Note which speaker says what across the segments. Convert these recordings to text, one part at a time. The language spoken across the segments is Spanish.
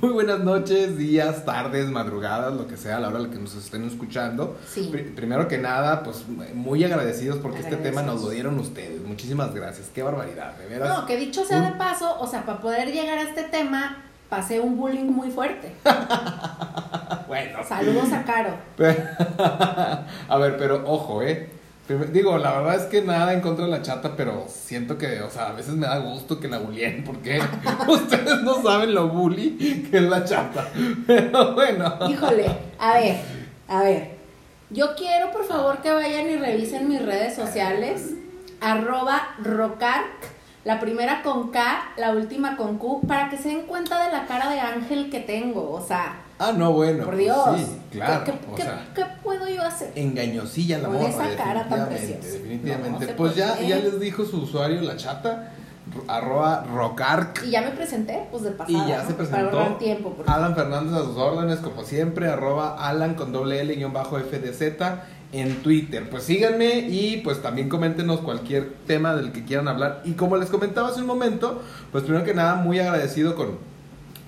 Speaker 1: Muy buenas noches, días, tardes, madrugadas, lo que sea, a la hora a la que nos estén escuchando.
Speaker 2: Sí.
Speaker 1: Pri- primero que nada, pues muy agradecidos porque este tema
Speaker 2: Agradecidos.
Speaker 1: nos lo dieron ustedes. Muchísimas gracias. Qué barbaridad, de veras.
Speaker 2: No, que dicho sea de
Speaker 1: Un-
Speaker 2: paso, o sea, para poder llegar a este tema, pasé un bullying muy fuerte.
Speaker 1: Bueno.
Speaker 2: Saludos a Caro.
Speaker 1: a ver, pero ojo, ¿eh? Primer- Digo, la verdad es que nada en contra de la chata, pero siento que, o sea, a veces me da gusto que la bulleen, porque ustedes no saben lo bully que es la chata. Pero bueno.
Speaker 2: Híjole, a ver, a ver. Yo quiero, por favor, que vayan y revisen mis redes sociales. Arroba Rocarc, la primera con K, la última con Q, para que se den cuenta de la cara de ángel que tengo. O sea,
Speaker 1: Ah, no, bueno.
Speaker 2: por
Speaker 1: pues
Speaker 2: Dios.
Speaker 1: Sí, claro.
Speaker 2: ¿Qué,
Speaker 1: o
Speaker 2: qué-
Speaker 1: sea,
Speaker 2: qué puedo yo hacer?
Speaker 1: engañosilla la
Speaker 2: Con
Speaker 1: morra.
Speaker 2: esa cara tan
Speaker 1: definitivamente,
Speaker 2: preciosa.
Speaker 1: Definitivamente.
Speaker 2: No, no se
Speaker 1: pues ya,
Speaker 2: puede.
Speaker 1: ya les dijo su usuario, la chata, ro- arroba rocarc.
Speaker 2: Y ya me presenté, pues de pasada.
Speaker 1: Y ya
Speaker 2: ¿no?
Speaker 1: se
Speaker 2: Para ahorrar
Speaker 1: presentó Ah.
Speaker 2: tiempo. porque-
Speaker 1: Alan Fernández a sus órdenes, como siempre, arroba Alan con doble L guión bajo FDZ en Twitter. Pues síganme y pues también coméntenos cualquier tema del que quieran hablar. Y como les comentaba hace un momento, pues primero que nada, muy agradecido con,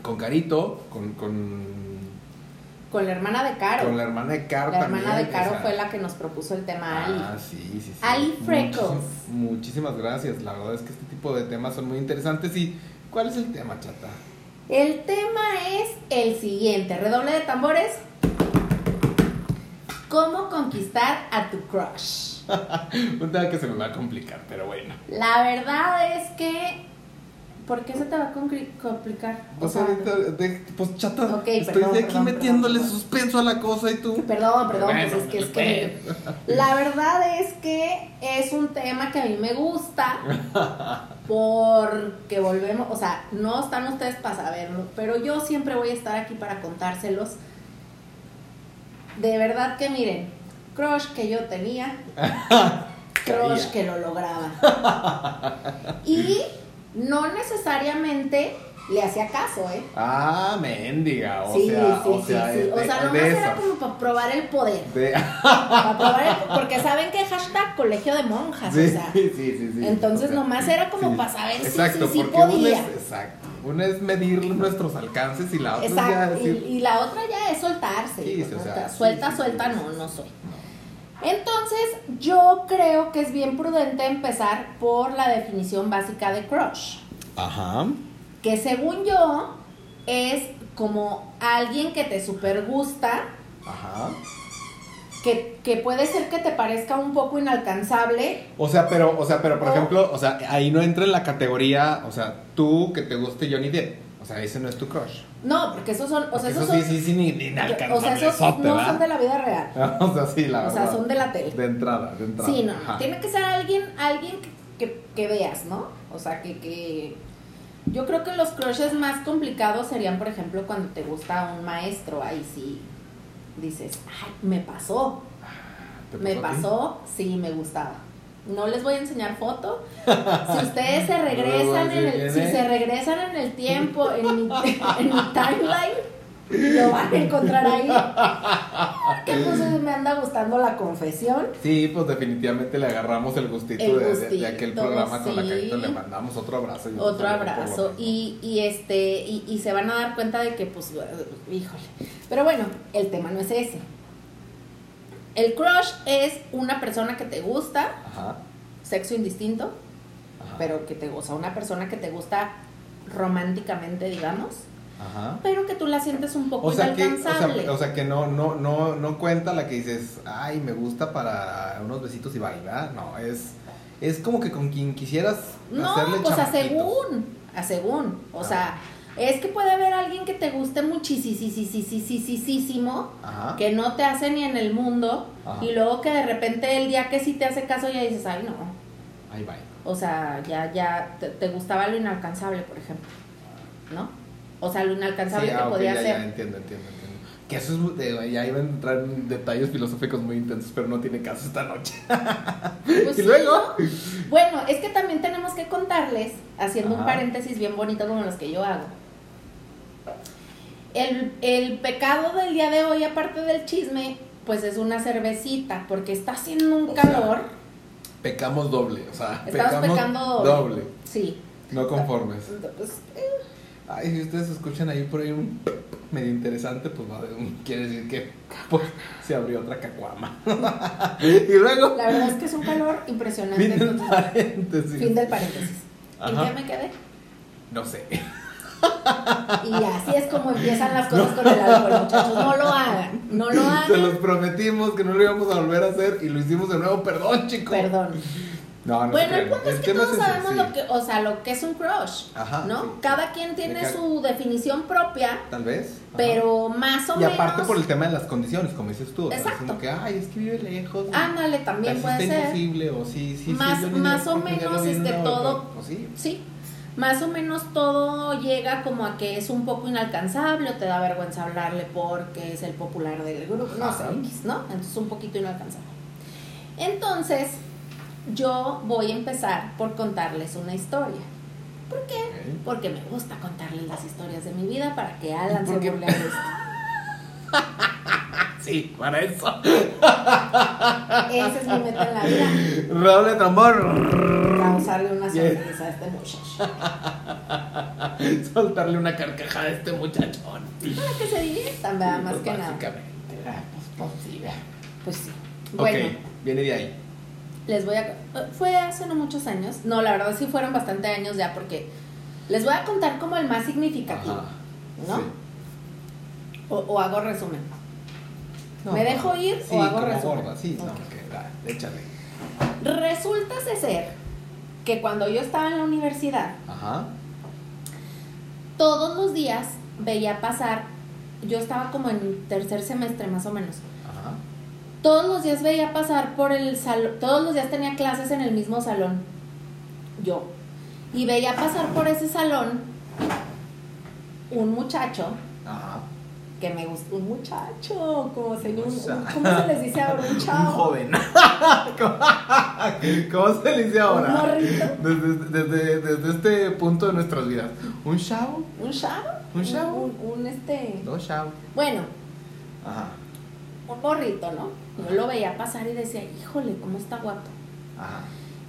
Speaker 1: con Carito, con, con,
Speaker 2: Con la hermana de Caro.
Speaker 1: con la hermana de Caro
Speaker 2: La hermana
Speaker 1: también,
Speaker 2: de
Speaker 1: o
Speaker 2: Caro
Speaker 1: sea,
Speaker 2: fue la que nos propuso el tema Ali.
Speaker 1: Ah, sí, sí, sí.
Speaker 2: Ali Freckles.
Speaker 1: Muchísim- muchísimas gracias. La verdad es que este tipo de temas son muy interesantes. ¿Y cuál es el tema, chata?
Speaker 2: El tema es el siguiente. Redoble de tambores. ¿Cómo conquistar a tu crush?
Speaker 1: Un tema que se me va a complicar, pero bueno.
Speaker 2: La verdad es que... ¿Por qué se te va a concri- complicar?
Speaker 1: Pues
Speaker 2: O sea,
Speaker 1: ahorita, de- pues chata,
Speaker 2: Ok,
Speaker 1: estoy
Speaker 2: perdón,
Speaker 1: de aquí
Speaker 2: perdón,
Speaker 1: metiéndole
Speaker 2: perdón, perdón.
Speaker 1: suspenso a la cosa y tú.
Speaker 2: Perdón, perdón,
Speaker 1: Bueno,
Speaker 2: pues es que es que... La verdad es que es un tema que a mí me gusta porque volvemos, o sea, no están ustedes para saberlo, pero yo siempre voy a estar aquí para contárselos. De verdad que miren, crush que yo tenía, crush
Speaker 1: Caía.
Speaker 2: que lo lograba. Y no necesariamente le hacía caso, ¿eh?
Speaker 1: Ah, mendiga, o sea, o sea,
Speaker 2: sí.
Speaker 1: es
Speaker 2: O
Speaker 1: de-
Speaker 2: sea, nomás
Speaker 1: de
Speaker 2: era
Speaker 1: esas,
Speaker 2: como para probar el poder.
Speaker 1: de-
Speaker 2: Para probar el- porque saben que hashtag colegio de monjas, o
Speaker 1: sí,
Speaker 2: sea.
Speaker 1: sí, sí, sí.
Speaker 2: entonces
Speaker 1: o sea,
Speaker 2: nomás era como para saber si-
Speaker 1: exacto,
Speaker 2: si- si
Speaker 1: porque uno
Speaker 2: podía.
Speaker 1: es- exacto, uno es medir nuestros alcances y la otra
Speaker 2: Exacto.
Speaker 1: es
Speaker 2: Y,
Speaker 1: ya decir,
Speaker 2: y la otra ya es soltarse.
Speaker 1: Sí,
Speaker 2: hijo,
Speaker 1: sí, o
Speaker 2: ¿no?
Speaker 1: sea,
Speaker 2: O sea,
Speaker 1: sí,
Speaker 2: suelta,
Speaker 1: sí,
Speaker 2: suelta,
Speaker 1: sí, sí,
Speaker 2: no,
Speaker 1: sí.
Speaker 2: no soy. Entonces, yo creo que es bien prudente empezar por la definición básica de crush,
Speaker 1: Ajá.
Speaker 2: que según yo es como alguien que te super gusta,
Speaker 1: Ajá.
Speaker 2: que, que puede ser que te parezca un poco inalcanzable,
Speaker 1: O sea, pero, o sea, pero por
Speaker 2: O-
Speaker 1: ejemplo, o sea, ahí no entra en la categoría, o sea, tú que te guste Johnny Depp. O sea, ese no es tu crush.
Speaker 2: no, porque esos son, o sea,
Speaker 1: Eso
Speaker 2: esos
Speaker 1: sí,
Speaker 2: son,
Speaker 1: sí, sí, ni, ni
Speaker 2: o sea, esos
Speaker 1: inalcanzablezote,
Speaker 2: no
Speaker 1: ¿va?
Speaker 2: son de la vida real.
Speaker 1: O sea, sí, la
Speaker 2: O sea,
Speaker 1: verdad.
Speaker 2: son de la tele.
Speaker 1: De entrada, de entrada.
Speaker 2: Sí, no, no,
Speaker 1: Ajá.
Speaker 2: tiene que ser alguien, alguien que, que- que veas, ¿no? O sea, que, que... Yo creo que los crushes más complicados serían, por ejemplo, cuando te gusta un maestro, ahí sí dices, ay, me pasó,
Speaker 1: ¿Te
Speaker 2: me
Speaker 1: a ti?
Speaker 2: pasó, sí, me gustaba. No les voy a enseñar foto. Si ustedes se
Speaker 1: Luego,
Speaker 2: regresan, en
Speaker 1: así
Speaker 2: el, si
Speaker 1: viene.
Speaker 2: se regresan en el tiempo, en mi, en mi timeline, lo van a encontrar ahí. Que pues me anda gustando la confesión.
Speaker 1: Sí, pues definitivamente le agarramos el gustito, de-
Speaker 2: El
Speaker 1: de, de
Speaker 2: gustito,
Speaker 1: aquel programa con la
Speaker 2: sí.
Speaker 1: carita. Le mandamos otro abrazo. y un
Speaker 2: otro
Speaker 1: saludo por lo
Speaker 2: abrazo
Speaker 1: menos.
Speaker 2: y, y este y, y se van a dar cuenta de que pues híjole pero bueno el tema no es ese el crush es una persona que te gusta
Speaker 1: Ajá.
Speaker 2: sexo indistinto
Speaker 1: ajá,
Speaker 2: pero que te gusta una persona que te gusta románticamente digamos
Speaker 1: Ajá.
Speaker 2: pero que tú la sientes un poco
Speaker 1: O sea, que, o,
Speaker 2: inalcanzable
Speaker 1: sea, o sea que no, no, no, no cuenta la que dices, ay, me gusta para unos besitos y bailar. No, es, es como que con quien quisieras hacerle
Speaker 2: no pues a
Speaker 1: chamaquitos.
Speaker 2: según a según o
Speaker 1: Ah.
Speaker 2: sea es que puede haber alguien que te guste muchísimo
Speaker 1: Ajá.
Speaker 2: que no te hace ni en el mundo
Speaker 1: Ajá.
Speaker 2: y luego que de repente el día que sí te hace caso ya dices, ay no,
Speaker 1: Ahí va.
Speaker 2: o sea, ya, ya te, te gustaba lo inalcanzable, por ejemplo, ¿no? O sea, lo inalcanzable
Speaker 1: Sí,
Speaker 2: te
Speaker 1: ah, ok,
Speaker 2: podía
Speaker 1: ya, ya,
Speaker 2: hacer.
Speaker 1: entiendo, entiendo, entiendo. Que eso es, de- ya iban a entrar en detalles filosóficos muy intensos, pero no tiene caso esta noche.
Speaker 2: Pues
Speaker 1: y
Speaker 2: sí,
Speaker 1: luego,
Speaker 2: ¿no? Bueno, es que también tenemos que contarles, haciendo un
Speaker 1: Ajá.
Speaker 2: paréntesis bien bonito como los que yo hago. El, el pecado del día de hoy, aparte del chisme, pues es una cervecita, porque está haciendo un
Speaker 1: O sea,
Speaker 2: calor.
Speaker 1: pecamos doble, o sea,
Speaker 2: Estamos
Speaker 1: pecamos
Speaker 2: pecando doble.
Speaker 1: doble.
Speaker 2: sí.
Speaker 1: no conformes.
Speaker 2: Pues, eh,
Speaker 1: Ay, si ustedes escuchan ahí por ahí un medio interesante, pues va, quiere decir que pues, se abrió otra cacuama. y luego,
Speaker 2: La verdad es que es un calor impresionante.
Speaker 1: fin del
Speaker 2: entonces,
Speaker 1: paréntesis.
Speaker 2: fin del paréntesis. ¿En
Speaker 1: Ajá.
Speaker 2: qué me quedé?
Speaker 1: No sé.
Speaker 2: Y así es como empiezan las cosas con el alcohol, muchachos. No lo hagan. No lo
Speaker 1: Se
Speaker 2: hagan.
Speaker 1: los prometimos que no lo íbamos a volver a hacer y lo hicimos de nuevo. Perdón, chicos.
Speaker 2: Perdón.
Speaker 1: No, no
Speaker 2: Bueno,
Speaker 1: se
Speaker 2: el
Speaker 1: crean.
Speaker 2: punto es que
Speaker 1: tema
Speaker 2: todos
Speaker 1: ese,
Speaker 2: sabemos
Speaker 1: sí.
Speaker 2: lo que, o sea, lo que es un crush,
Speaker 1: Ajá,
Speaker 2: ¿no?
Speaker 1: sí.
Speaker 2: Cada quien
Speaker 1: Me
Speaker 2: tiene
Speaker 1: ca-
Speaker 2: su definición propia,
Speaker 1: Tal vez. ajá.
Speaker 2: pero más o
Speaker 1: Y
Speaker 2: menos.
Speaker 1: aparte por el tema de las condiciones, como dices tú. o sea,
Speaker 2: Exacto.
Speaker 1: como que, ay, es que vive lejos.
Speaker 2: Ándale, también
Speaker 1: casi
Speaker 2: puede
Speaker 1: está
Speaker 2: ser.
Speaker 1: imposible, o sí, sí, sí,
Speaker 2: Más-
Speaker 1: yo ni
Speaker 2: más
Speaker 1: idea
Speaker 2: o
Speaker 1: porque ya lo
Speaker 2: menos,
Speaker 1: vi en
Speaker 2: este,
Speaker 1: una-
Speaker 2: todo-
Speaker 1: pues sí.
Speaker 2: Sí. Más o menos todo llega como a que es un poco inalcanzable o te da vergüenza hablarle porque es el popular del grupo, no sé,
Speaker 1: Ajá.
Speaker 2: X, ¿no? Entonces un poquito inalcanzable. Entonces, yo voy a empezar por contarles una historia.
Speaker 1: Ok.
Speaker 2: Porque me gusta contarles las historias de mi vida para que Alan se
Speaker 1: Porque-
Speaker 2: burle de esto.
Speaker 1: Sí, para eso.
Speaker 2: Esa es mi meta en la vida,
Speaker 1: Roble de tambor.
Speaker 2: causarle una
Speaker 1: Yeah.
Speaker 2: sonrisa a este muchacho.
Speaker 1: Soltarle una carcajada a este muchachón.
Speaker 2: Para que se diviertan, ¿verdad? Más
Speaker 1: Pues
Speaker 2: que nada.
Speaker 1: básicamente, ah, pues, pues, sí, ah.
Speaker 2: Pues sí. Bueno,
Speaker 1: Ok, viene de ahí.
Speaker 2: les voy a... Fue hace no muchos años. No, la verdad sí fueron bastante años ya porque les voy a contar como el más significativo.
Speaker 1: Ajá.
Speaker 2: ¿no?
Speaker 1: Sí.
Speaker 2: O, o hago resumen.
Speaker 1: No,
Speaker 2: ¿Me
Speaker 1: no.
Speaker 2: dejo ir
Speaker 1: Sí,
Speaker 2: o hago
Speaker 1: como
Speaker 2: resumen?
Speaker 1: gorda, sí, no,
Speaker 2: Ok.
Speaker 1: ok, va, échale.
Speaker 2: Resulta ser que cuando yo estaba en la universidad,
Speaker 1: Ajá.
Speaker 2: todos los días veía pasar, yo estaba como en tercer semestre más o menos,
Speaker 1: Ajá.
Speaker 2: todos los días veía pasar por el salón, todos los días tenía clases en el mismo salón, yo, y veía pasar por ese salón un muchacho
Speaker 1: Ajá.
Speaker 2: que me gusta, un muchacho, como se, un- un-
Speaker 1: Mucha-
Speaker 2: ¿cómo se les dice ahora? Un
Speaker 1: Un
Speaker 2: chavo.
Speaker 1: joven. ¿Cómo se le dice
Speaker 2: Un
Speaker 1: ahora?
Speaker 2: morrito.
Speaker 1: Desde, desde, desde este punto de nuestras vidas. ¿Un chavo?
Speaker 2: ¿Un chavo?
Speaker 1: ¿Un chavo?
Speaker 2: Un, un, este...
Speaker 1: Dos chavos.
Speaker 2: Bueno,
Speaker 1: Ajá.
Speaker 2: un morrito, ¿no? Yo lo veía pasar y decía, híjole, cómo está guapo.
Speaker 1: Ajá.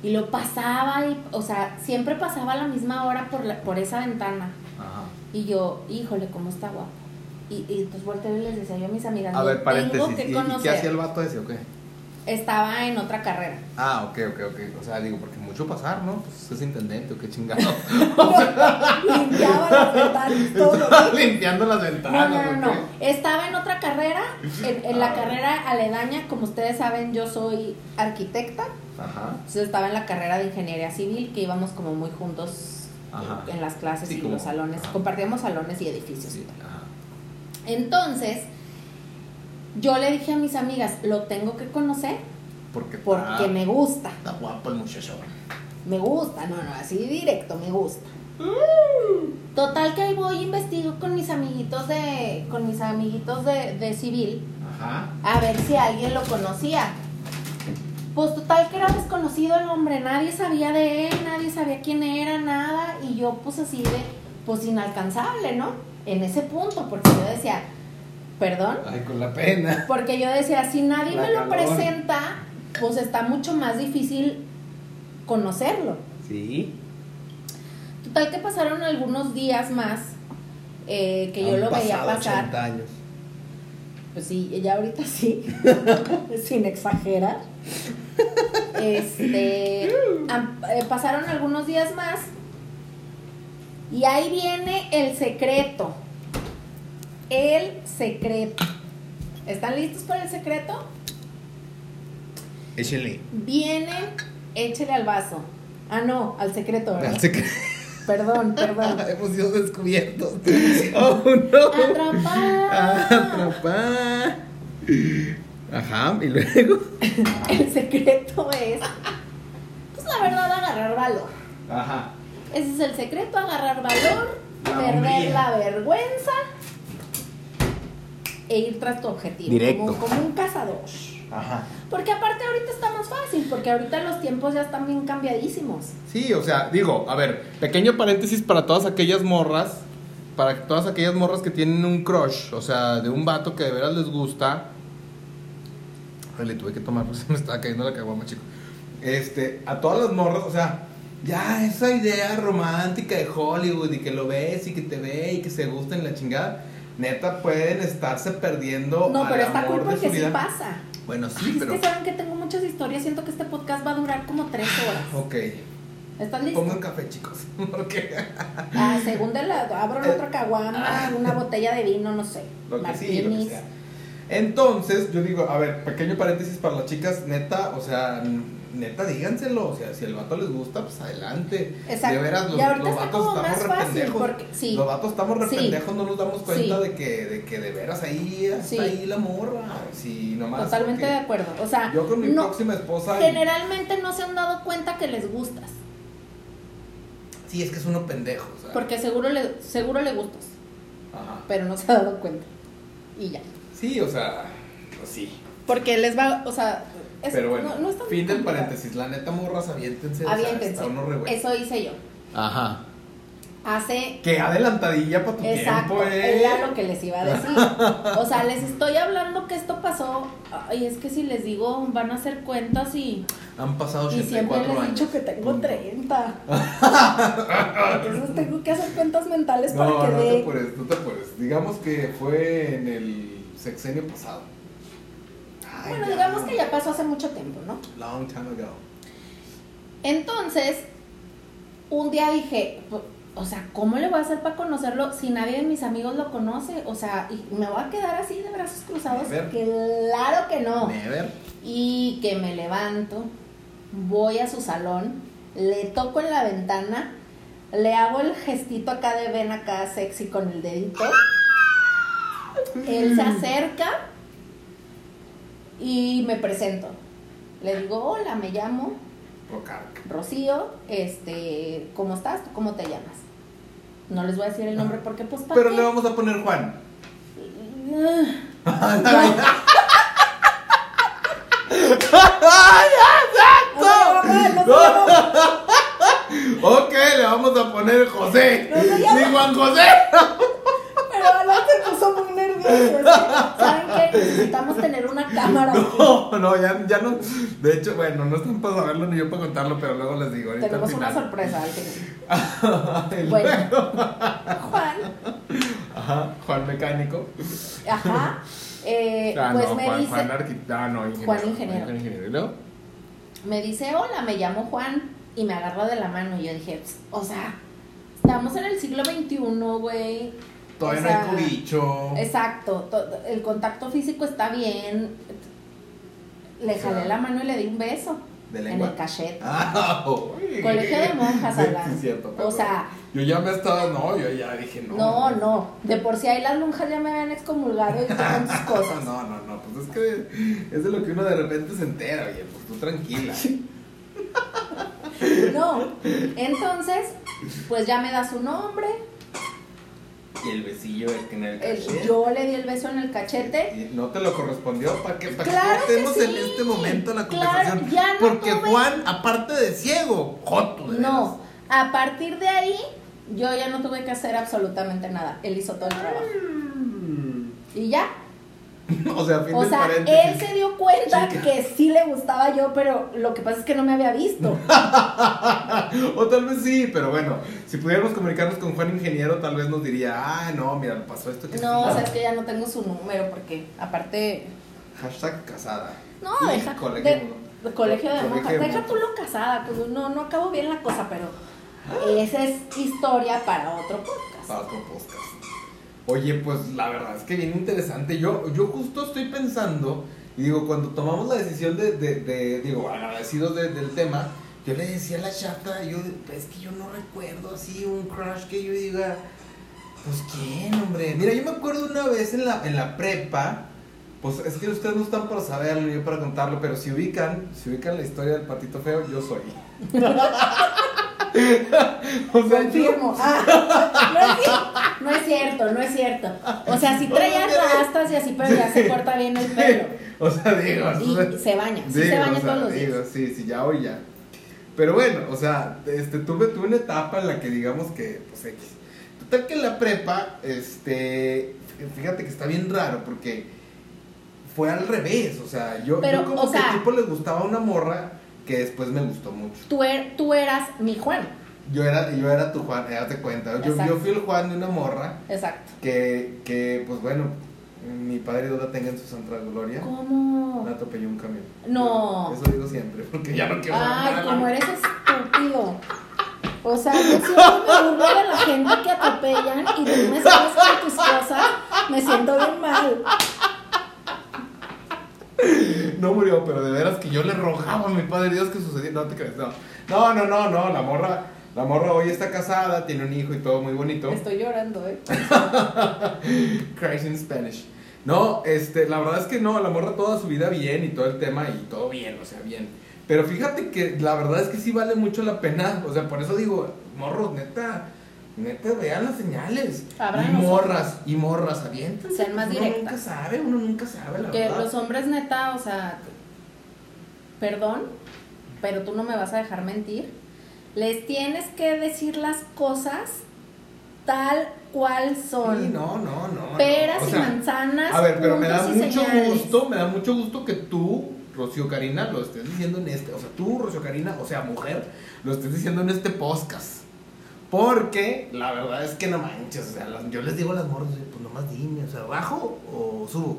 Speaker 2: Y lo pasaba y, o sea, siempre pasaba a la misma hora por, la- por esa ventana.
Speaker 1: Ajá.
Speaker 2: Y yo, híjole, cómo está guapo. Y, y entonces volteé y les decía yo a mis amigas,
Speaker 1: A
Speaker 2: "Lo
Speaker 1: ver, paréntesis.
Speaker 2: tengo que
Speaker 1: ¿Y, y qué hacía
Speaker 2: conocer.
Speaker 1: el vato ese o qué?
Speaker 2: Estaba en otra carrera.
Speaker 1: Ah, ok, ok, ok. O sea, digo, porque mucho pasar, ¿no? Pues es intendente o qué chingado.
Speaker 2: Limpiaba las ventanas todo.
Speaker 1: Estaba limpiando las
Speaker 2: No,
Speaker 1: ventanas.
Speaker 2: no, no,
Speaker 1: ¿o
Speaker 2: no.
Speaker 1: qué?
Speaker 2: Estaba en otra carrera, en, en la
Speaker 1: Ah.
Speaker 2: carrera aledaña, como ustedes saben, yo soy arquitecta.
Speaker 1: Ajá.
Speaker 2: Entonces estaba en la carrera de ingeniería civil, que íbamos como muy juntos
Speaker 1: Ajá.
Speaker 2: en las clases
Speaker 1: Sí,
Speaker 2: y
Speaker 1: como-
Speaker 2: los salones.
Speaker 1: ajá.
Speaker 2: Compartíamos salones y edificios.
Speaker 1: Sí, ajá.
Speaker 2: Entonces, yo le dije a mis amigas, lo tengo que conocer
Speaker 1: Porque, está-
Speaker 2: porque me gusta.
Speaker 1: está guapo el muchacho.
Speaker 2: Me gusta, no, no, así directo, me gusta. Total que ahí voy investigo con mis amiguitos de. con mis amiguitos de, de civil
Speaker 1: Ajá.
Speaker 2: a ver si alguien lo conocía. Pues total que era desconocido el hombre, nadie sabía de él, nadie sabía quién era, nada, y yo pues así de, pues inalcanzable, ¿no? En ese punto, porque yo decía, perdón,
Speaker 1: Ay, con la pena.
Speaker 2: porque yo decía, si nadie
Speaker 1: La
Speaker 2: me lo
Speaker 1: calor.
Speaker 2: presenta, pues está mucho más difícil conocerlo.
Speaker 1: Sí.
Speaker 2: Total que pasaron algunos días más eh, que yo
Speaker 1: Han
Speaker 2: lo veía
Speaker 1: pasado
Speaker 2: pasar.
Speaker 1: 80 años.
Speaker 2: Pues sí, ya ahorita sí, sin exagerar. Este, am- eh, pasaron algunos días más y ahí viene el secreto. El secreto. ¿Están listos para el secreto?
Speaker 1: Échale.
Speaker 2: Vienen, échele al vaso. Ah, no, al secreto, ¿verdad?
Speaker 1: Al secreto.
Speaker 2: Perdón, perdón.
Speaker 1: Hemos sido descubiertos. Oh, no.
Speaker 2: Atrapar.
Speaker 1: Atrapar. Ajá, y luego.
Speaker 2: El secreto es, pues la verdad, agarrar valor.
Speaker 1: Ajá.
Speaker 2: Ese es el secreto, agarrar valor,
Speaker 1: La
Speaker 2: perder
Speaker 1: hombría.
Speaker 2: la vergüenza e ir tras tu objetivo.
Speaker 1: Directo.
Speaker 2: Como, como un cazador.
Speaker 1: Ajá.
Speaker 2: Porque aparte ahorita está más fácil, porque ahorita los tiempos ya están bien cambiadísimos.
Speaker 1: Sí, o sea, digo, a ver, pequeño paréntesis para todas aquellas morras, para todas aquellas morras que tienen un crush, o sea, de un vato que de veras les gusta. Ay, Le tuve que tomar porque se me estaba cayendo la caguama, chico. Este, a todas las morras, o sea, Ya, esa idea romántica de Hollywood y que lo ves y que te ve y que se gusta en la chingada, neta pueden estarse perdiendo.
Speaker 2: No,
Speaker 1: Oh, al
Speaker 2: pero está
Speaker 1: amor
Speaker 2: cool
Speaker 1: de su
Speaker 2: porque sí
Speaker 1: vida.
Speaker 2: pasa.
Speaker 1: Bueno, sí,
Speaker 2: Ay,
Speaker 1: pero.
Speaker 2: Es que saben que tengo muchas historias. Siento que este podcast va a durar como tres horas.
Speaker 1: Ok,
Speaker 2: ¿Están listos?
Speaker 1: pongan café, chicos. Porque
Speaker 2: Ah, según de la, abro la otra caguama,
Speaker 1: Eh, Ah.
Speaker 2: una botella de vino, no sé.
Speaker 1: lo que sí, lo que
Speaker 2: martinis.
Speaker 1: sea. Entonces, yo digo, a ver, pequeño paréntesis para las chicas, neta, o sea, neta, díganselo, o sea, si el vato les gusta, pues adelante.
Speaker 2: Exacto.
Speaker 1: De veras, los,
Speaker 2: y ahorita
Speaker 1: los
Speaker 2: está
Speaker 1: vatos
Speaker 2: como
Speaker 1: estamos
Speaker 2: más
Speaker 1: re
Speaker 2: fácil
Speaker 1: pendejos.
Speaker 2: porque sí.
Speaker 1: Los vatos estamos re
Speaker 2: Sí.
Speaker 1: pendejos, no nos damos cuenta
Speaker 2: Sí.
Speaker 1: de, que, de que de veras ahí está
Speaker 2: Sí.
Speaker 1: ahí la morra. Sí, nomás.
Speaker 2: Totalmente de
Speaker 1: porque
Speaker 2: acuerdo. O sea,
Speaker 1: Yo con mi
Speaker 2: no,
Speaker 1: próxima esposa. y-
Speaker 2: generalmente no se han dado cuenta que les gustas.
Speaker 1: Sí, es que es uno pendejo, o sea.
Speaker 2: Porque seguro le, seguro le gustas,
Speaker 1: Ajá.
Speaker 2: pero no se ha dado cuenta. Y ya.
Speaker 1: Sí, o sea, pues sí.
Speaker 2: Porque les va, o sea, es-
Speaker 1: Pero bueno,
Speaker 2: no, no es tan
Speaker 1: fin del
Speaker 2: complicado.
Speaker 1: paréntesis. La neta, morras, aviéntense. o sea,
Speaker 2: Aviéntense.
Speaker 1: está uno re güey.
Speaker 2: Eso hice yo.
Speaker 1: Ajá.
Speaker 2: Hace
Speaker 1: Qué adelantadilla para tu
Speaker 2: Exacto,
Speaker 1: tiempo, eh.
Speaker 2: era lo que les iba a decir. O sea, les estoy hablando que esto pasó. Y es que si les digo, van a hacer cuentas y,
Speaker 1: Han pasado
Speaker 2: y siempre
Speaker 1: 84
Speaker 2: les he
Speaker 1: años. Mm.
Speaker 2: dicho que tengo
Speaker 1: Punto.
Speaker 2: 30. Entonces tengo que hacer cuentas mentales para
Speaker 1: No,
Speaker 2: que
Speaker 1: no
Speaker 2: dé.
Speaker 1: te puedes, no te puedes. Digamos que fue en el sexenio pasado. Ay,
Speaker 2: Bueno,
Speaker 1: ya.
Speaker 2: digamos que ya pasó hace mucho tiempo, ¿no?
Speaker 1: Long time ago.
Speaker 2: Entonces, un día dije, o sea, ¿cómo le voy a hacer para conocerlo si nadie de mis amigos lo conoce? O sea, ¿y ¿me voy a quedar así de brazos cruzados?
Speaker 1: Never.
Speaker 2: Claro que no.
Speaker 1: Never.
Speaker 2: Y que me levanto, voy a su salón, le toco en la ventana, le hago el gestito acá de ven acá sexy con el dedito. Él se acerca y me presento. Le digo, hola, me llamo
Speaker 1: Rocarca.
Speaker 2: Rocío, este, ¿cómo estás? ¿Tú cómo te llamas? No les voy a decir el nombre porque pues para
Speaker 1: Pero le vamos a poner Juan. Ok, le vamos a poner José.
Speaker 2: No, no, ya
Speaker 1: Ni Juan José.
Speaker 2: Pero Alan se puso muy nervioso. ¿Saben qué? Necesitamos tener una cámara.
Speaker 1: No, no, ya, ya no. De hecho, bueno, no están para saberlo ni yo para contarlo, pero luego les digo. Ahorita
Speaker 2: Tenemos
Speaker 1: al
Speaker 2: una
Speaker 1: final.
Speaker 2: sorpresa. al final.
Speaker 1: Y
Speaker 2: Bueno.
Speaker 1: luego-
Speaker 2: Juan,
Speaker 1: Ajá, Juan Mecánico.
Speaker 2: ajá, eh,
Speaker 1: Ah,
Speaker 2: pues
Speaker 1: no,
Speaker 2: me
Speaker 1: Juan,
Speaker 2: dice,
Speaker 1: Juan Arquitecto. Ah, no, ingeniero.
Speaker 2: Juan ingeniero.
Speaker 1: ¿Y luego?
Speaker 2: me dice, hola, me llamo Juan y me agarra de la mano y yo dije, "Ps, o sea, estamos en el siglo XXI, güey.
Speaker 1: Todavía
Speaker 2: O sea,
Speaker 1: no hay cubicho.
Speaker 2: Exacto, to- el contacto físico está bien. Le
Speaker 1: O sea,
Speaker 2: jalé la mano y le di un beso
Speaker 1: ¿De
Speaker 2: en
Speaker 1: lengua?
Speaker 2: el cachete.
Speaker 1: Ah, uy.
Speaker 2: Colegio de monjas,
Speaker 1: Sí,
Speaker 2: Alan.
Speaker 1: sí, es cierto,
Speaker 2: o
Speaker 1: perdón.
Speaker 2: sea,
Speaker 1: Yo ya me estaba, no, yo ya dije no.
Speaker 2: No, no. De por sí ahí las lonjas ya me habían excomulgado y todas sus cosas.
Speaker 1: No, no, no, pues es que es de lo que uno de repente se entera, oye, pues tú tranquila.
Speaker 2: No. Entonces, pues ya me da su nombre.
Speaker 1: Y el besillo el que en el
Speaker 2: el-
Speaker 1: cachete.
Speaker 2: yo le di el beso en el cachete.
Speaker 1: Y No te lo correspondió, ¿para que para
Speaker 2: Claro que
Speaker 1: estemos en
Speaker 2: sí.
Speaker 1: este momento la
Speaker 2: Claro,
Speaker 1: conversación?
Speaker 2: ya no
Speaker 1: Porque
Speaker 2: tuve-
Speaker 1: Juan, aparte de ciego, joto de
Speaker 2: No. A partir de ahí, yo ya no tuve que hacer absolutamente nada. Él hizo todo el trabajo. Y ya.
Speaker 1: veras. O sea, fin
Speaker 2: O
Speaker 1: del
Speaker 2: sea,
Speaker 1: paréntesis.
Speaker 2: él se dio cuenta
Speaker 1: Chica.
Speaker 2: que sí le gustaba yo, pero lo que pasa es que no me había visto.
Speaker 1: O tal vez sí, pero bueno, si pudiéramos comunicarnos con Juan Ingeniero, tal vez nos diría, ah, no, mira, pasó esto que
Speaker 2: No,
Speaker 1: sí".
Speaker 2: o sea, es que ya no tengo su número porque aparte
Speaker 1: Hashtag casada.
Speaker 2: No,
Speaker 1: Y
Speaker 2: deja.
Speaker 1: colegio
Speaker 2: de-
Speaker 1: de-
Speaker 2: de colegio de
Speaker 1: colegio
Speaker 2: monjas.
Speaker 1: de
Speaker 2: Deja
Speaker 1: monjas.
Speaker 2: tú lo casada, pues no, no acabo bien la cosa, pero esa es historia para otro podcast.
Speaker 1: Para otro podcast. Oye, pues la verdad es que bien interesante. Yo, yo justo estoy pensando, y digo, cuando tomamos la decisión de, de- de- digo, agradecidos de- del tema, yo le decía a la chata, yo, es que yo no recuerdo así un crush que yo diga, pues quién, hombre. Mira, yo me acuerdo una vez en la, en la prepa, pues es que ustedes no están para saberlo, yo para contarlo, pero si ubican, si ubican la historia del patito feo, yo soy. o sea, yo-
Speaker 2: Confirmo. Ah, no, es cierto, no es cierto, no es cierto. O sea, si traía rastas y así, pero ya se corta bien el pelo.
Speaker 1: o sea, digo, o sea,
Speaker 2: Y se baña, sí se
Speaker 1: Digo,
Speaker 2: baña
Speaker 1: o sea,
Speaker 2: todos los días.
Speaker 1: digo, sí, sí, ya hoy ya. Pero bueno, o sea, este, tuve, tuve una etapa en la que digamos que, pues, X. Total que en la prepa, este, fíjate que está bien raro porque fue al revés, o sea, yo,
Speaker 2: Pero,
Speaker 1: yo como
Speaker 2: o
Speaker 1: que
Speaker 2: sea-
Speaker 1: al tipo le gustaba una morra que después me gustó mucho.
Speaker 2: Tú, er- tú eras mi Juan.
Speaker 1: Yo era, yo era tu Juan, ya te cuenta. Yo,
Speaker 2: Exacto.
Speaker 1: yo fui el Juan de una morra
Speaker 2: Exacto.
Speaker 1: que, que pues bueno, mi padre Dios la tenga en su santa gloria. La
Speaker 2: ¿Cómo?
Speaker 1: atropelló un camión.
Speaker 2: No.
Speaker 1: Eso digo siempre, porque ya no quiero
Speaker 2: Ay,
Speaker 1: hablar.
Speaker 2: como eres estúpido. O sea, yo siempre me burlo de la gente que atropellan y tú me sales con tus cosas. Me siento bien mal.
Speaker 1: No murió, pero de veras que yo le rogaba a mi padre Dios que sucediera. No te crees, no. No, no, no, no. La morra, la morra hoy está casada, tiene un hijo y todo muy bonito.
Speaker 2: Estoy llorando, ¿eh?
Speaker 1: Cries in Spanish. No, este, la verdad es que no, la morra toda su vida bien y todo el tema y todo bien, o sea, bien. Pero fíjate que la verdad es que sí vale mucho la pena, o sea, por eso digo, morros, neta, neta, vean las señales.
Speaker 2: Abran
Speaker 1: y
Speaker 2: los
Speaker 1: morras, y morras, avientan.
Speaker 2: Sean más
Speaker 1: uno
Speaker 2: directas.
Speaker 1: nunca sabe, uno nunca sabe, la
Speaker 2: Que
Speaker 1: verdad.
Speaker 2: los hombres neta, o sea, perdón, pero tú no me vas a dejar mentir. Les tienes que decir las cosas tal cual son.
Speaker 1: Sí, no, no, no. no.
Speaker 2: Peras
Speaker 1: O
Speaker 2: y
Speaker 1: sea,
Speaker 2: manzanas.
Speaker 1: A ver, pero me da
Speaker 2: puntos y
Speaker 1: mucho
Speaker 2: señales.
Speaker 1: gusto, me da mucho gusto que tú, Rocío Karina, lo estés diciendo en este, o sea, tú, Rocío Karina, o sea, mujer, lo estés diciendo en este podcast. Porque la verdad es que no manches, o sea, las- yo les digo a las morras, oye, pues nomás dime, o sea, ¿bajo o subo?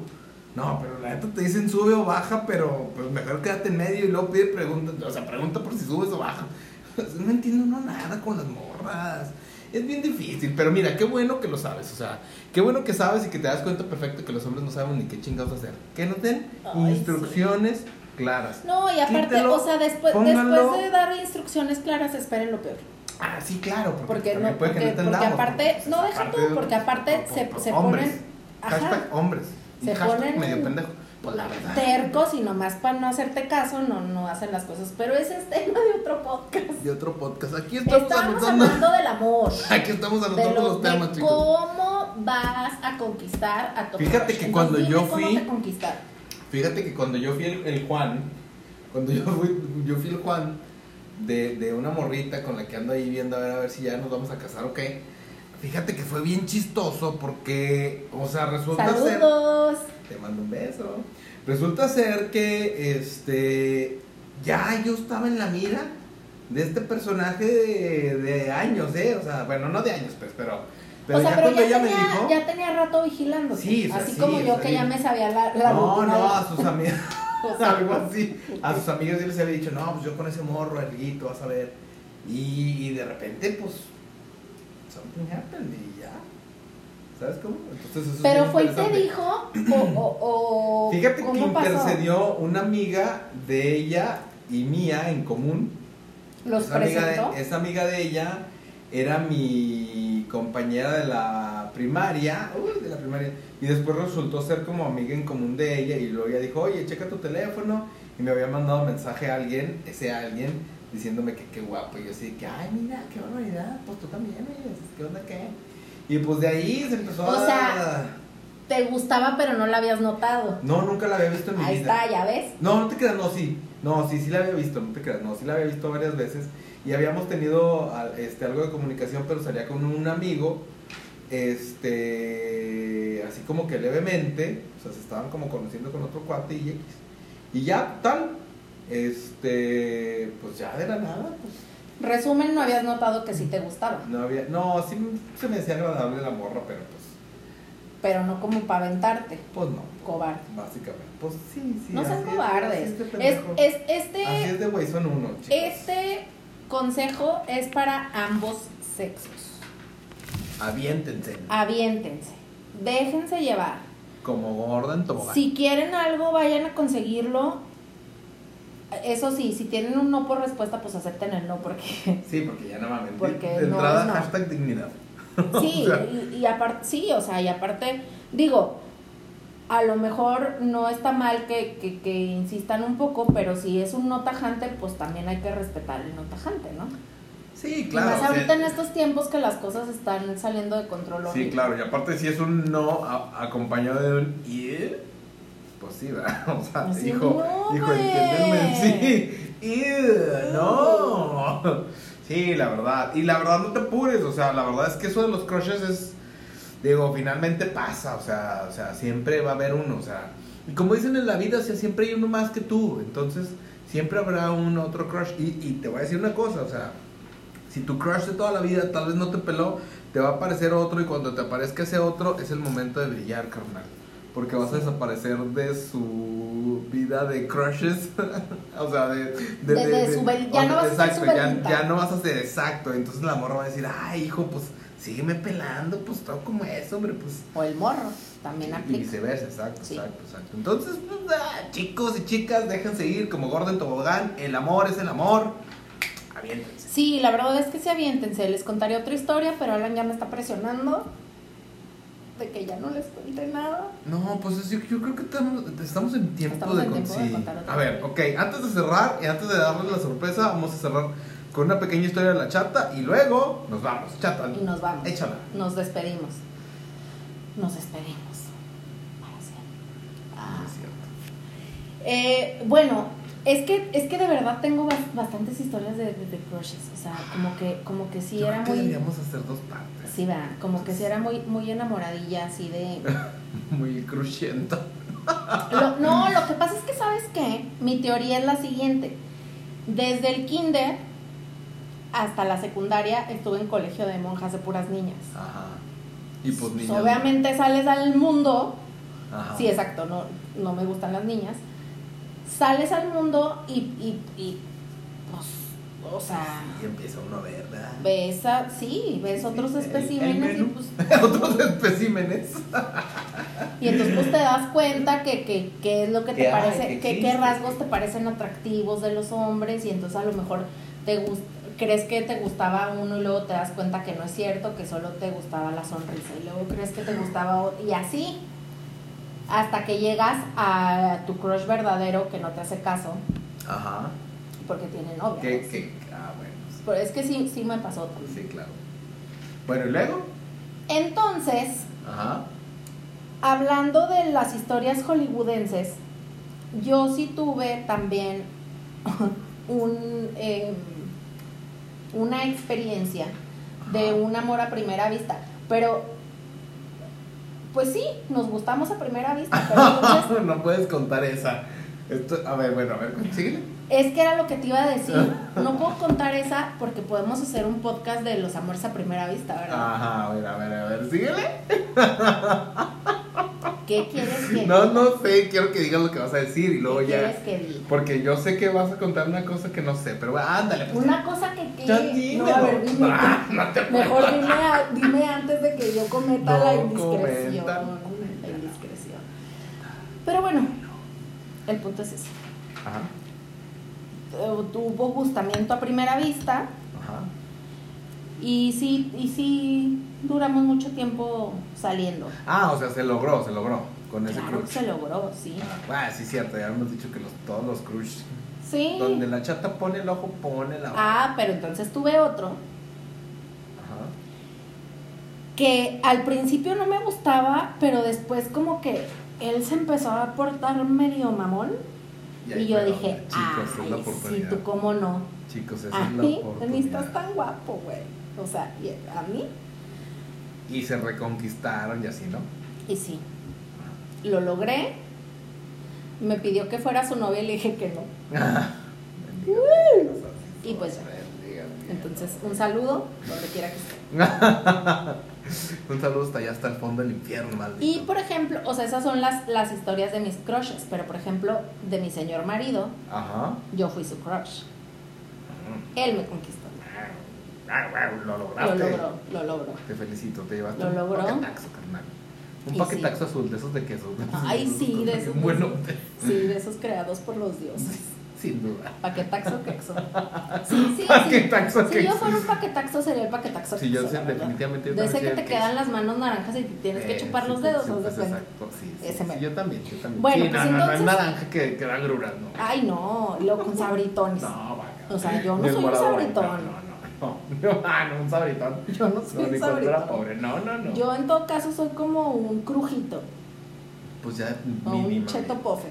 Speaker 1: No, pero la neta te dicen sube o baja, pero pues mejor quédate en medio y luego pide preguntas, o sea, pregunta por si subes o baja. No entiendo no nada con las morras. Es bien difícil, pero mira, qué bueno que lo sabes, o sea, qué bueno que sabes y que te das cuenta perfecto que los hombres no saben ni qué chingados hacer. Que no den
Speaker 2: Ay,
Speaker 1: instrucciones claras.
Speaker 2: No, y aparte,
Speaker 1: Quítelo,
Speaker 2: o sea, después,
Speaker 1: póngalo.
Speaker 2: después de dar instrucciones claras, esperen lo peor.
Speaker 1: Ah, sí, claro, porque,
Speaker 2: Porque,
Speaker 1: también
Speaker 2: no,
Speaker 1: puede
Speaker 2: porque,
Speaker 1: que no
Speaker 2: porque
Speaker 1: entendamos,
Speaker 2: aparte,
Speaker 1: pues,
Speaker 2: no deja
Speaker 1: aparte
Speaker 2: tú,
Speaker 1: de-
Speaker 2: porque aparte
Speaker 1: por-
Speaker 2: se,
Speaker 1: por-
Speaker 2: se
Speaker 1: hombres.
Speaker 2: ponen. Ajá.
Speaker 1: Hashtag hombres. Y
Speaker 2: Se
Speaker 1: hashtag
Speaker 2: ponen
Speaker 1: medio pendejo. Pues la verdad.
Speaker 2: tercos y nomás para no hacerte caso no, no hacen las cosas. Pero ese es tema de otro podcast.
Speaker 1: De otro podcast. Aquí estamos
Speaker 2: Estamos
Speaker 1: anotando.
Speaker 2: hablando del amor.
Speaker 1: Aquí estamos
Speaker 2: De,
Speaker 1: anotando
Speaker 2: lo-
Speaker 1: los
Speaker 2: de
Speaker 1: temas, chicos.
Speaker 2: cómo vas a conquistar a tu
Speaker 1: Fíjate
Speaker 2: crush.
Speaker 1: que
Speaker 2: Entonces,
Speaker 1: cuando
Speaker 2: dime
Speaker 1: yo
Speaker 2: cómo
Speaker 1: fui-
Speaker 2: te conquistar.
Speaker 1: Fíjate que cuando yo fui el, el Juan, cuando yo fui, yo fui el Juan de, de una morrita con la que ando ahí viendo a ver, a ver si ya nos vamos a casar o qué. Fíjate que fue bien chistoso porque, o sea, resulta ser.
Speaker 2: Saludos.
Speaker 1: Te mando un beso. Resulta ser que este ya yo estaba en la mira de este personaje de, de años, ¿eh? O sea, bueno, no de años, pues, pero. Pero
Speaker 2: o sea,
Speaker 1: ya
Speaker 2: pero
Speaker 1: cuando
Speaker 2: ya,
Speaker 1: ella
Speaker 2: tenía,
Speaker 1: me dijo.
Speaker 2: ya tenía rato vigilándote.
Speaker 1: Sí, o sea,
Speaker 2: así
Speaker 1: sí,
Speaker 2: como
Speaker 1: o
Speaker 2: yo
Speaker 1: sea,
Speaker 2: que ya
Speaker 1: sí.
Speaker 2: me sabía la, la
Speaker 1: no,
Speaker 2: rutina
Speaker 1: no,
Speaker 2: de-
Speaker 1: a sus amigas.
Speaker 2: o sea,
Speaker 1: Algo así. A sus amigos yo les había dicho, no, pues yo con ese morro, el guito, vas a ver. Y, de repente, pues. Something happened y ya. ¿Sabes cómo? Entonces eso es
Speaker 2: Pero
Speaker 1: bien
Speaker 2: fue y te
Speaker 1: interesante.
Speaker 2: dijo o, o, o-
Speaker 1: Fíjate que
Speaker 2: ¿cómo pasó?
Speaker 1: intercedió una amiga de ella y mía en común.
Speaker 2: Los
Speaker 1: esa, amiga
Speaker 2: presentó.
Speaker 1: de, esa amiga de ella era mi compañera de la primaria, uy, de la primaria, y después resultó ser como amiga en común de ella y luego ella dijo, oye, checa tu teléfono y me había mandado mensaje a alguien, ese alguien, diciéndome que qué guapo y yo así de que, ay, mira, qué barbaridad, pues tú también, oye, ¿qué onda qué? Y pues de ahí se empezó
Speaker 2: O
Speaker 1: a...
Speaker 2: sea, Te gustaba, pero no la habías notado.
Speaker 1: no, nunca la había visto en mi
Speaker 2: Ahí
Speaker 1: vida.
Speaker 2: está, ya ves.
Speaker 1: No, no te creas, no, sí. No, sí, sí la había visto, no te creas, no, sí la había visto varias veces. Y habíamos tenido al- este, algo de comunicación, pero salía con un amigo, este, así como que levemente, o sea, se estaban como conociendo con otro cuate y X. Y ya, tal, este, pues ya de la nada, pues
Speaker 2: Resumen, no habías notado que sí te gustaba,
Speaker 1: no había, no, sí se me decía agradable la morra, pero pues,
Speaker 2: pero no como para aventarte,
Speaker 1: pues no,
Speaker 2: cobarde.
Speaker 1: básicamente, pues sí, sí.
Speaker 2: no sean
Speaker 1: así es-
Speaker 2: cobardes.
Speaker 1: así es de
Speaker 2: Es,
Speaker 1: pendejo.
Speaker 2: es,
Speaker 1: Así es
Speaker 2: este,
Speaker 1: de güey, son uno, chicos.
Speaker 2: este consejo es para ambos sexos.
Speaker 1: Aviéntense.
Speaker 2: Aviéntense, déjense llevar.
Speaker 1: Como gorda en tobogán.
Speaker 2: Si quieren algo, vayan a conseguirlo. Eso sí, si tienen un no por respuesta, pues acepten el no, porque
Speaker 1: Sí, porque ya no mames.
Speaker 2: Porque
Speaker 1: de
Speaker 2: no,
Speaker 1: entrada,
Speaker 2: no.
Speaker 1: hashtag dignidad.
Speaker 2: Sí,
Speaker 1: O sea.
Speaker 2: y, aparte, sí, o sea, y aparte, digo, a lo mejor no está mal que, que, que insistan un poco, pero si es un no tajante, pues también hay que respetar el no tajante, ¿no?
Speaker 1: Sí,
Speaker 2: Y
Speaker 1: claro.
Speaker 2: Más
Speaker 1: o sea,
Speaker 2: ahorita en estos tiempos que las cosas están saliendo de control.
Speaker 1: Sí,
Speaker 2: horrible.
Speaker 1: claro. Y aparte, si es un no a- acompañado de un y. Pues sí, ¿verdad? O sea,
Speaker 2: Así,
Speaker 1: hijo,
Speaker 2: no,
Speaker 1: hijo,
Speaker 2: güey.
Speaker 1: entiéndeme. Sí. Y. No. Sí, la verdad. Y la verdad, no te apures. O sea, la verdad es que eso de los crushes es. Digo, finalmente pasa. O sea, o sea siempre va a haber uno. O sea, y como dicen en la vida, o sea, siempre hay uno más que tú. Entonces, siempre habrá un otro crush. Y, y te voy a decir una cosa, o sea, si tu crush de toda la vida tal vez no te peló, te va a aparecer otro y cuando te aparezca ese otro es el momento de brillar, carnal. Porque vas a desaparecer de su vida de crushes. o sea, de...
Speaker 2: De- de su vel- ya no vas a ser
Speaker 1: Exacto,
Speaker 2: su
Speaker 1: ya,
Speaker 2: velita.
Speaker 1: ya no vas a ser exacto. Entonces la morra va a decir, ay, hijo, pues sígueme pelando, pues todo como eso, hombre, pues...
Speaker 2: O el morro, también
Speaker 1: Y
Speaker 2: aplica.
Speaker 1: viceversa, exacto,
Speaker 2: Sí.
Speaker 1: exacto, exacto. Entonces, pues, ah, chicos y chicas, déjense ir como gordo en tobogán. El amor es el amor. Aviéntense.
Speaker 2: Sí, la verdad es que se aviéntense. Les contaré otra historia, pero Alan ya me está presionando de que ya no les cuente nada.
Speaker 1: No, pues es- yo, yo creo que estamos, estamos en tiempo
Speaker 2: Estamos
Speaker 1: de
Speaker 2: en tiempo de
Speaker 1: conseguir.
Speaker 2: contar otra
Speaker 1: A ver, ok, antes de cerrar y antes de darles la sorpresa, vamos a cerrar con una pequeña historia de la chata y luego nos vamos. Chata,
Speaker 2: Y nos vamos.
Speaker 1: échala.
Speaker 2: Nos despedimos. Nos despedimos. Para siempre. Ah.
Speaker 1: No es cierto.
Speaker 2: Eh, bueno, es que, es que de verdad tengo bas- bastantes historias de, de, de crushes. O sea, como que, como que sí
Speaker 1: Yo
Speaker 2: era
Speaker 1: creo que
Speaker 2: muy.
Speaker 1: deberíamos hacer dos partes.
Speaker 2: Sí, va, como que sí era muy, muy enamoradilla, así de.
Speaker 1: Muy crujiento.
Speaker 2: Lo- no, lo que pasa es que, ¿sabes qué? Mi teoría es la siguiente. Desde el kinder hasta la secundaria estuve en colegio de monjas de puras niñas.
Speaker 1: Ajá. Y pues niños. ¿no?
Speaker 2: Obviamente sales al mundo,
Speaker 1: Ajá.
Speaker 2: sí, exacto, no, no me gustan las niñas. Sales al mundo y, y, y, pues, o sea,
Speaker 1: Y empieza uno a ver, ¿verdad?
Speaker 2: ves, a- sí, ves otros
Speaker 1: El- el
Speaker 2: especímenes y
Speaker 1: menú.
Speaker 2: pues...
Speaker 1: Otros especímenes.
Speaker 2: Y entonces pues te das cuenta que, que, que es lo que te
Speaker 1: Que hay,
Speaker 2: parece,
Speaker 1: que
Speaker 2: que, qué
Speaker 1: existe.
Speaker 2: rasgos te parecen atractivos de los hombres y entonces a lo mejor te gus- crees que te gustaba uno y luego te das cuenta que no es cierto, que solo te gustaba la sonrisa y luego crees que te gustaba otro y así hasta que llegas a tu crush verdadero que no te hace caso
Speaker 1: Ajá.
Speaker 2: porque tiene novia.
Speaker 1: Que,
Speaker 2: ¿no?
Speaker 1: que, ah, bueno.
Speaker 2: Pero es que sí, sí me pasó también.
Speaker 1: Sí, claro. Bueno, y luego.
Speaker 2: Entonces,
Speaker 1: Ajá.
Speaker 2: Hablando de las historias hollywoodenses, yo sí tuve también un, eh, una experiencia de
Speaker 1: Ajá.
Speaker 2: un amor a primera vista, pero pues sí, nos gustamos a primera vista, pero entonces
Speaker 1: no puedes contar esa. Esto, a ver, bueno, a ver, síguele.
Speaker 2: es que era lo que te iba a decir, no puedo contar esa porque podemos hacer un podcast de los amores a primera vista, ¿verdad?
Speaker 1: Ajá, a ver, a ver, a ver, síguele.
Speaker 2: ¿Qué quieres que
Speaker 1: Ah. No,
Speaker 2: diga?
Speaker 1: no sé, quiero que digas lo que vas a decir y luego
Speaker 2: ¿Qué quieres
Speaker 1: ya.
Speaker 2: que diga?
Speaker 1: Porque yo sé que vas a contar una cosa que no sé, pero bueno, ándale, pues.
Speaker 2: Una cosa que, que
Speaker 1: Ya
Speaker 2: no,
Speaker 1: dímelo.
Speaker 2: a ver, dime.
Speaker 1: Ah, no te
Speaker 2: Mejor dime, a- dime antes de que yo cometa
Speaker 1: No,
Speaker 2: la indiscreción.
Speaker 1: comenta,
Speaker 2: La indiscreción. Pero bueno, el punto es ese.
Speaker 1: Ajá,
Speaker 2: Eh, Tuvo gustamiento a primera vista
Speaker 1: ajá.
Speaker 2: y sí, y sí duramos mucho tiempo saliendo.
Speaker 1: Ah, o sea, se logró, se logró. Con ese
Speaker 2: Claro que
Speaker 1: crush.
Speaker 2: se logró, sí.
Speaker 1: Ah, ah, sí, cierto, ya hemos dicho que los, todos los crush.
Speaker 2: Sí.
Speaker 1: Donde la chata pone el ojo, pone la.
Speaker 2: Ah, pero entonces tuve otro
Speaker 1: Ajá.
Speaker 2: que al principio no me gustaba, pero después como que él se empezó a portar medio mamón y,
Speaker 1: ahí
Speaker 2: yo
Speaker 1: fue donde,
Speaker 2: dije,
Speaker 1: chicos, es la
Speaker 2: ay, sí,
Speaker 1: oportunidad.
Speaker 2: tú ¿Ah, cómo no.
Speaker 1: Chicos, esa
Speaker 2: A
Speaker 1: es la
Speaker 2: mí, ni estás
Speaker 1: oportunidad.
Speaker 2: tan guapo, güey. O sea, y a mí.
Speaker 1: Y se reconquistaron y así, ¿no?
Speaker 2: Y sí, lo logré. Me pidió que fuera su novia y le dije que no. Y pues ya. Entonces, un saludo, donde quiera que esté.
Speaker 1: Un saludo hasta allá, hasta el fondo del infierno, maldito.
Speaker 2: Y por ejemplo, o sea, esas son las, las historias de mis crushes, pero por ejemplo, de mi señor marido,
Speaker 1: Ajá.
Speaker 2: yo fui su crush. Él me conquistó.
Speaker 1: Mm, ah, Lo
Speaker 2: Lo
Speaker 1: lograste.
Speaker 2: logró, lo logró.
Speaker 1: Te felicito, te llevaste
Speaker 2: Lo
Speaker 1: un
Speaker 2: logró.
Speaker 1: paquetaxo, carnal. Un
Speaker 2: Y
Speaker 1: paquetaxo azul, de esos de queso.
Speaker 2: Ay, sí, de esos.
Speaker 1: Bueno,
Speaker 2: Sí, de esos creados por los dioses.
Speaker 1: sin duda.
Speaker 2: Paquetaxo quexo. Sí, sí, sí.
Speaker 1: Paquetaxo
Speaker 2: Si yo
Speaker 1: queso.
Speaker 2: fuera un paquetaxo, sería el paquetaxo
Speaker 1: Sí, yo
Speaker 2: quexo,
Speaker 1: sé,
Speaker 2: la verdad.
Speaker 1: definitivamente yo
Speaker 2: De ese
Speaker 1: también
Speaker 2: que
Speaker 1: soy
Speaker 2: te
Speaker 1: el
Speaker 2: quedan las manos naranjas y tienes que
Speaker 1: Eh,
Speaker 2: chupar
Speaker 1: sí,
Speaker 2: los
Speaker 1: sí,
Speaker 2: dedos,
Speaker 1: sí,
Speaker 2: ¿no?
Speaker 1: pues,
Speaker 2: de cuenta?
Speaker 1: Exacto, sí, sí,
Speaker 2: Ese
Speaker 1: sí,
Speaker 2: mero.
Speaker 1: yo también, yo también.
Speaker 2: Bueno,
Speaker 1: sí, no, no, no
Speaker 2: pues,
Speaker 1: es
Speaker 2: entonces- Ah,
Speaker 1: naranja que, que da gruras, no.
Speaker 2: Ay, no, y luego con sabritones.
Speaker 1: No, vaca.
Speaker 2: O sea, yo no
Speaker 1: Del
Speaker 2: soy pues un
Speaker 1: morado,
Speaker 2: sabritón.
Speaker 1: No, no, no. No, ah, no, un sabritón.
Speaker 2: Yo no soy
Speaker 1: No,
Speaker 2: un
Speaker 1: ni cuando era
Speaker 2: sabritón.
Speaker 1: pobre. No, no, no.
Speaker 2: Yo en todo caso soy como un crujito
Speaker 1: Pues ya
Speaker 2: o un
Speaker 1: mínima.
Speaker 2: cheto pofe.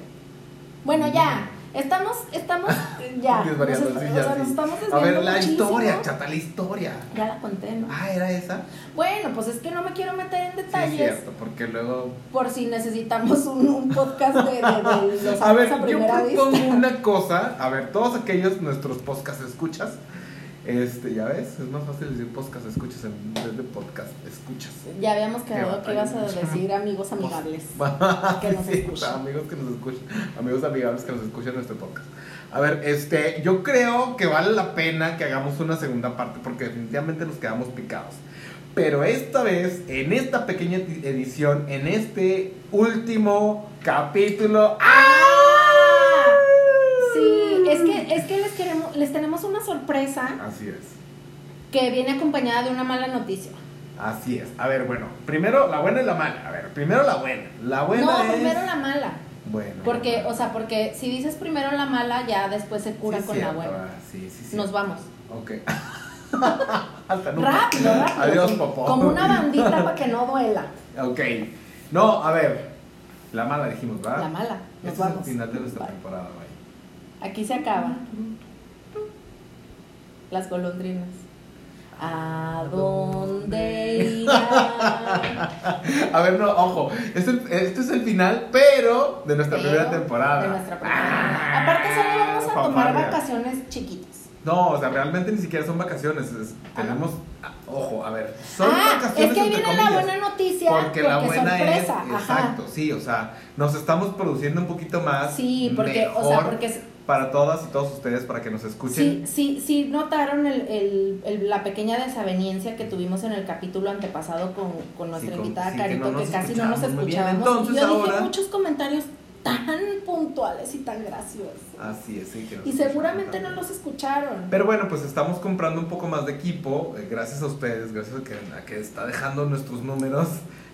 Speaker 2: Bueno, ya, estamos, estamos, eh, ya. nos
Speaker 1: Desvariando,
Speaker 2: est-
Speaker 1: sí,
Speaker 2: o
Speaker 1: ya,
Speaker 2: sea,
Speaker 1: sí.
Speaker 2: nos estamos
Speaker 1: A ver,
Speaker 2: desviando
Speaker 1: la
Speaker 2: Pues muchísimo.
Speaker 1: historia, chata, la historia.
Speaker 2: Ya la conté, ¿no?
Speaker 1: Ah, era esa.
Speaker 2: Bueno, pues es que no me quiero meter en
Speaker 1: Sí, es
Speaker 2: detalles.
Speaker 1: cierto, porque porque luego...
Speaker 2: Por si necesitamos un, un podcast de, de, de los
Speaker 1: A ver,
Speaker 2: amores a
Speaker 1: yo
Speaker 2: primera
Speaker 1: propongo
Speaker 2: vista.
Speaker 1: una cosa. A ver, todos aquellos, nuestros podcast escuchas. Este, ya ves, es más fácil decir podcast escuchas en vez de podcast escuchas.
Speaker 2: Ya habíamos quedado
Speaker 1: Qué
Speaker 2: que ibas a
Speaker 1: batalla.
Speaker 2: decir amigos amigables. Que nos
Speaker 1: Sí,
Speaker 2: escuchan.
Speaker 1: amigos que nos escuchan, amigos amigables que nos escuchan nuestro podcast. A ver, este, yo creo que vale la pena que hagamos una segunda parte porque definitivamente nos quedamos picados. Pero esta vez, en esta pequeña edi- edición, en este último capítulo. ¡Ah!
Speaker 2: Sí, es que, es que les, queremos, les tenemos una sorpresa
Speaker 1: Así es.
Speaker 2: que viene acompañada de una mala noticia.
Speaker 1: Así es. A ver, bueno, primero la buena y la mala. A ver, primero la buena. La buena
Speaker 2: no,
Speaker 1: es.
Speaker 2: primero la mala.
Speaker 1: Bueno.
Speaker 2: Porque, o sea, porque si dices primero la mala, ya después se cura
Speaker 1: Sí,
Speaker 2: con
Speaker 1: cierto,
Speaker 2: la buena.
Speaker 1: ah, Sí, sí, sí.
Speaker 2: Nos vamos.
Speaker 1: Ok. Hasta nunca.
Speaker 2: Rápido, rápido.
Speaker 1: Adiós,
Speaker 2: como-
Speaker 1: popó.
Speaker 2: Como una bandita para que no duela.
Speaker 1: Ok. No, a ver. La mala dijimos, ¿verdad?
Speaker 2: La mala. Nos
Speaker 1: Este es el
Speaker 2: vamos.
Speaker 1: final de nuestra
Speaker 2: Bye.
Speaker 1: temporada, güey.
Speaker 2: Aquí se acaba. Las golondrinas. ¿A dónde irán?
Speaker 1: A ver, no, ojo. Este, este es el final, pero de nuestra
Speaker 2: Pero
Speaker 1: primera temporada.
Speaker 2: De nuestra primera.
Speaker 1: Ah,
Speaker 2: Aparte, solo vamos a tomar
Speaker 1: fanfarria.
Speaker 2: vacaciones chiquitas.
Speaker 1: No, o sea, realmente ni siquiera son vacaciones. es- tenemos. ah, Ojo, a ver. Son
Speaker 2: ah,
Speaker 1: vacaciones.
Speaker 2: es que ahí
Speaker 1: entre
Speaker 2: viene la
Speaker 1: comillas.
Speaker 2: buena noticia.
Speaker 1: porque la buena
Speaker 2: sorpresa.
Speaker 1: es.
Speaker 2: Ajá.
Speaker 1: Exacto, sí, o sea, nos estamos produciendo un poquito más.
Speaker 2: Sí, porque,
Speaker 1: mejor
Speaker 2: o sea, porque
Speaker 1: Para todas y todos ustedes, para que nos
Speaker 2: Sí,
Speaker 1: escuchen.
Speaker 2: sí, sí notaron el, el- el- la pequeña desaveniencia que tuvimos en el capítulo antepasado con, con nuestra
Speaker 1: Sí, con-
Speaker 2: invitada
Speaker 1: sí, que
Speaker 2: Carito,
Speaker 1: no
Speaker 2: que,
Speaker 1: nos
Speaker 2: casi no nos
Speaker 1: escuchábamos muy bien.
Speaker 2: escuchábamos.
Speaker 1: Entonces,
Speaker 2: y yo
Speaker 1: ahora-
Speaker 2: dije muchos comentarios tan puntuales y tan graciosos.
Speaker 1: Así es, sí. que nos
Speaker 2: y
Speaker 1: escuchan
Speaker 2: seguramente no
Speaker 1: también.
Speaker 2: los escucharon.
Speaker 1: Pero bueno, pues estamos comprando un poco más de equipo, eh, gracias a ustedes, gracias a que, a que está dejando nuestros números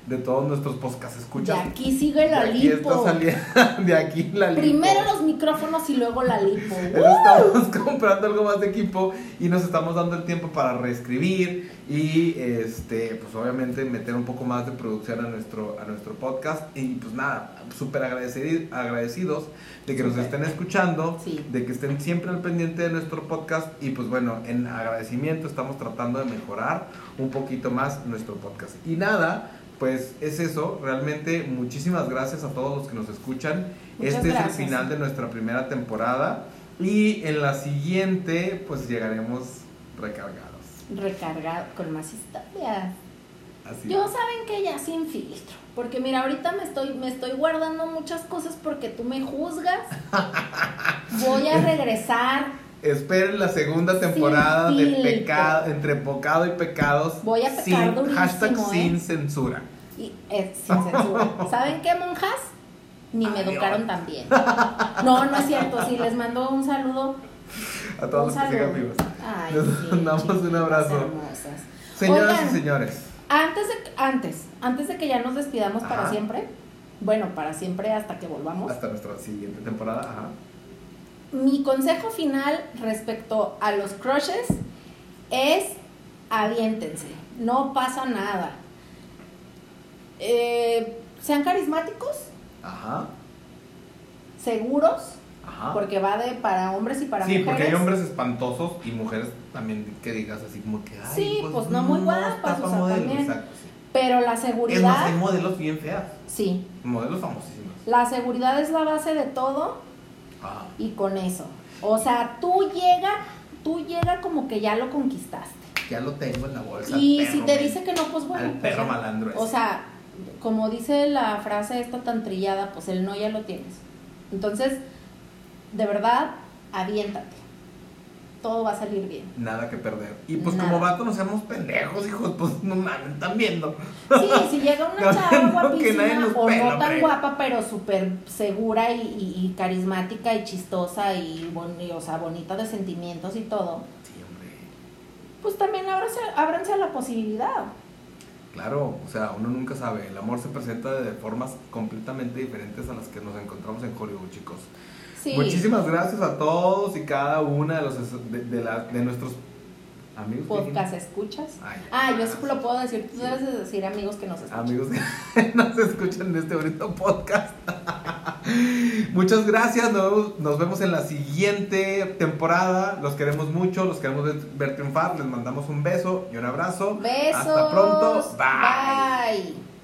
Speaker 1: de todos nuestros podcasts
Speaker 2: de
Speaker 1: escuchas.
Speaker 2: aquí sigue la
Speaker 1: De aquí está
Speaker 2: lipo.
Speaker 1: saliendo- de aquí la lipo.
Speaker 2: Primero los micrófonos y luego la lipo.
Speaker 1: Pero estamos comprando algo más de equipo y nos estamos dando el tiempo para reescribir y este pues obviamente meter un poco más de producción a nuestro a nuestro podcast y pues nada súper agradecedi- agradecidos de que nos
Speaker 2: Súper.
Speaker 1: estén escuchando
Speaker 2: Sí.
Speaker 1: de que estén siempre al pendiente de nuestro podcast y pues bueno en agradecimiento estamos tratando de mejorar un poquito más nuestro podcast y nada pues es eso, realmente muchísimas gracias a todos los que nos escuchan.
Speaker 2: Muchas
Speaker 1: este es el
Speaker 2: gracias.
Speaker 1: final de nuestra primera temporada y en la siguiente pues llegaremos recargados.
Speaker 2: Recargado con más historias.
Speaker 1: Así.
Speaker 2: Yo saben que ya sin filtro, porque mira, ahorita me estoy me estoy guardando muchas cosas porque tú me juzgas. Voy a regresar,
Speaker 1: Esperen la segunda temporada
Speaker 2: Sin
Speaker 1: de
Speaker 2: filtro.
Speaker 1: pecado entre pecado y pecados.
Speaker 2: Voy a pecar
Speaker 1: sin
Speaker 2: durísimo,
Speaker 1: hashtag
Speaker 2: ¿eh?
Speaker 1: sin censura.
Speaker 2: y eh, sin censura. ¿Saben qué, monjas? Ni me
Speaker 1: Adiós.
Speaker 2: educaron tan bien. No, no es cierto, sí les mando un saludo.
Speaker 1: A todos
Speaker 2: un
Speaker 1: los que sigan
Speaker 2: saludo.
Speaker 1: vivos.
Speaker 2: Ay,
Speaker 1: Les
Speaker 2: sí,
Speaker 1: mandamos un
Speaker 2: chiquitas
Speaker 1: abrazo.
Speaker 2: hermosas.
Speaker 1: Señoras
Speaker 2: Oigan.
Speaker 1: y señores,
Speaker 2: Antes de antes, antes de que ya nos despidamos para
Speaker 1: Ajá.
Speaker 2: siempre. Bueno, para siempre hasta que volvamos.
Speaker 1: hasta nuestra siguiente temporada. Ajá.
Speaker 2: Mi consejo final respecto a los crushes es aviéntense, no pasa nada. Eh, sean carismáticos,
Speaker 1: Ajá.
Speaker 2: seguros,
Speaker 1: Ajá.
Speaker 2: porque va de para hombres y para
Speaker 1: Ah. sí,
Speaker 2: mujeres.
Speaker 1: porque hay hombres espantosos y mujeres también que digas así como que. Ay,
Speaker 2: Sí, pues, no muy guapas,
Speaker 1: está pa'
Speaker 2: o sea,
Speaker 1: modelo",
Speaker 2: también.
Speaker 1: Exacto, sí.
Speaker 2: Pero la
Speaker 1: Es más, hay
Speaker 2: seguridad,
Speaker 1: modelos bien feas.
Speaker 2: sí,
Speaker 1: Modelos famosísimos. Ah,
Speaker 2: la seguridad es la base de todo
Speaker 1: Ajá.
Speaker 2: y con eso. O sea, tú llega, tú llega como que ya lo conquistaste.
Speaker 1: Ya lo tengo en la bolsa.
Speaker 2: Y
Speaker 1: perro,
Speaker 2: si te
Speaker 1: me-
Speaker 2: dice que no, pues bueno.
Speaker 1: Al
Speaker 2: pues
Speaker 1: perro
Speaker 2: ya.
Speaker 1: malandro ese.
Speaker 2: O sea, como dice la frase esta tan trillada, pues el no ya lo tienes. Entonces, de verdad, aviéntate. Todo va a salir bien.
Speaker 1: Nada que perder. Y pues
Speaker 2: Nada.
Speaker 1: como vato no seamos pendejos, hijos, pues no mames, están viendo.
Speaker 2: Sí, si llega una chava
Speaker 1: No, que nadie
Speaker 2: guapísima
Speaker 1: nos
Speaker 2: o
Speaker 1: pela,
Speaker 2: no tan
Speaker 1: hombre.
Speaker 2: guapa, pero súper segura y, y- y carismática y chistosa y, bon- y, o sea, bonita de sentimientos y todo,
Speaker 1: Sí, hombre.
Speaker 2: pues también ábranse, ábranse a la posibilidad.
Speaker 1: Claro, o sea, uno nunca sabe. El amor se presenta de formas completamente diferentes a las que nos encontramos en Hollywood, chicos.
Speaker 2: Sí.
Speaker 1: Muchísimas gracias a todos y cada una de los de, de la- de nuestros amigos. que dijimos.
Speaker 2: Podcast, ¿escuchas?
Speaker 1: Ay,
Speaker 2: Ah, yo sí lo puedo decir. Tú
Speaker 1: Sí.
Speaker 2: debes de decir amigos que nos escuchan.
Speaker 1: Amigos que nos escuchan en este bonito podcast. Muchas gracias, nos vemos, nos vemos en la siguiente temporada. Los queremos mucho, los queremos ver- ver triunfar. Les mandamos un beso y un abrazo.
Speaker 2: Besos.
Speaker 1: Hasta pronto. Bye.
Speaker 2: Bye.